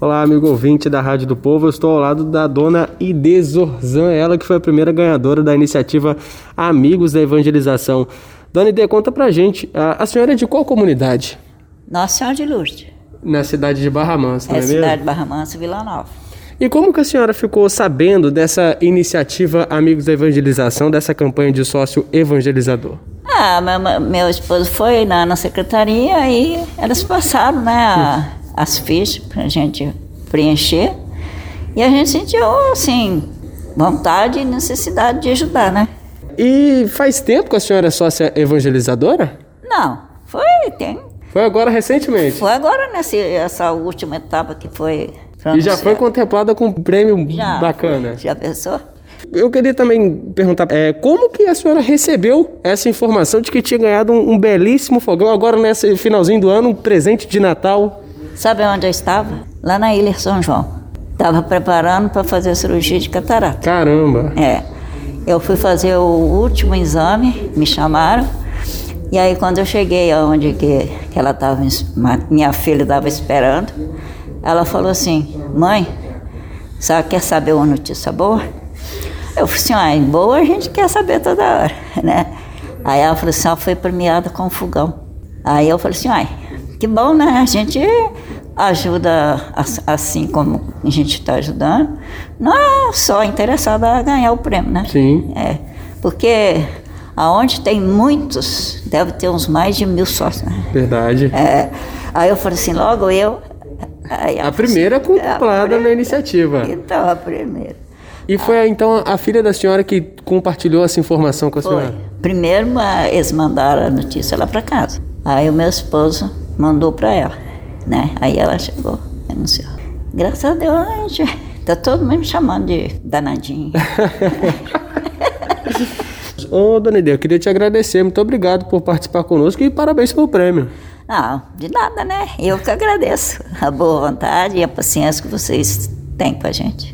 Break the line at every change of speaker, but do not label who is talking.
Olá, amigo ouvinte da Rádio do Povo. Eu estou ao lado da dona Ide Zorzan, ela que foi a primeira ganhadora da iniciativa Amigos da Evangelização. Dona Ide, conta pra gente, a, a senhora é de qual comunidade?
Nossa Senhora de Lourdes.
Na cidade de Barra Mansa, não
É
é mesmo?
cidade de Barra Mansa, Vila Nova.
E como que a senhora ficou sabendo dessa iniciativa Amigos da Evangelização, dessa campanha de sócio evangelizador?
Ah, meu, meu- meu esposo foi na, na secretaria e elas passaram, né, a- as fichas pra gente preencher. E a gente sentiu, assim, vontade e necessidade de ajudar, né?
E faz tempo que a senhora é sócia evangelizadora?
Não, foi, tem.
Foi agora recentemente.
Foi agora nessa essa última etapa que foi.
E já foi
pronunciada.
contemplada com um prêmio
Já,
bacana.
Já pensou?
Eu queria também perguntar, é, como que a senhora recebeu essa informação de que tinha ganhado um, um belíssimo fogão, agora nesse finalzinho do ano, um presente de Natal?
Sabe onde eu estava? Lá na Ilha São João. Estava preparando para fazer a cirurgia de catarata.
Caramba!
É. Eu fui fazer o último exame, me chamaram. E aí quando eu cheguei aonde que, que ela estava, minha filha estava esperando, ela falou assim, mãe, só quer saber uma notícia boa? Eu falei assim, ah, em boa a gente quer saber toda hora, né? Aí ela falou assim, ela foi premiada com o fogão. Aí eu falei assim, ai, que bom, né? A gente ajuda as- assim como a gente está ajudando. Não é só interessada a ganhar o prêmio, né?
Sim.
É, porque aonde tem muitos, deve ter uns mais de mil sócios, né?
Verdade.
É, aí eu falei assim, logo eu... Aí ela
A
falou
primeira
assim, "É a
contemplada na
primeira."
iniciativa.
Então, a primeira.
E foi então a filha da senhora que compartilhou essa informação com a
Foi.
senhora?
Primeiro ma- eles mandaram a notícia lá para casa. Aí o meu esposo mandou para ela, né? Aí ela chegou, anunciou. Graças a Deus, a gente, tá todo mundo me chamando de danadinho.
Ô, Dona Ide, eu queria te agradecer. Muito obrigado por participar conosco e parabéns pelo prêmio.
Não, de nada, né? Eu que agradeço a boa vontade e a paciência que vocês têm com a gente.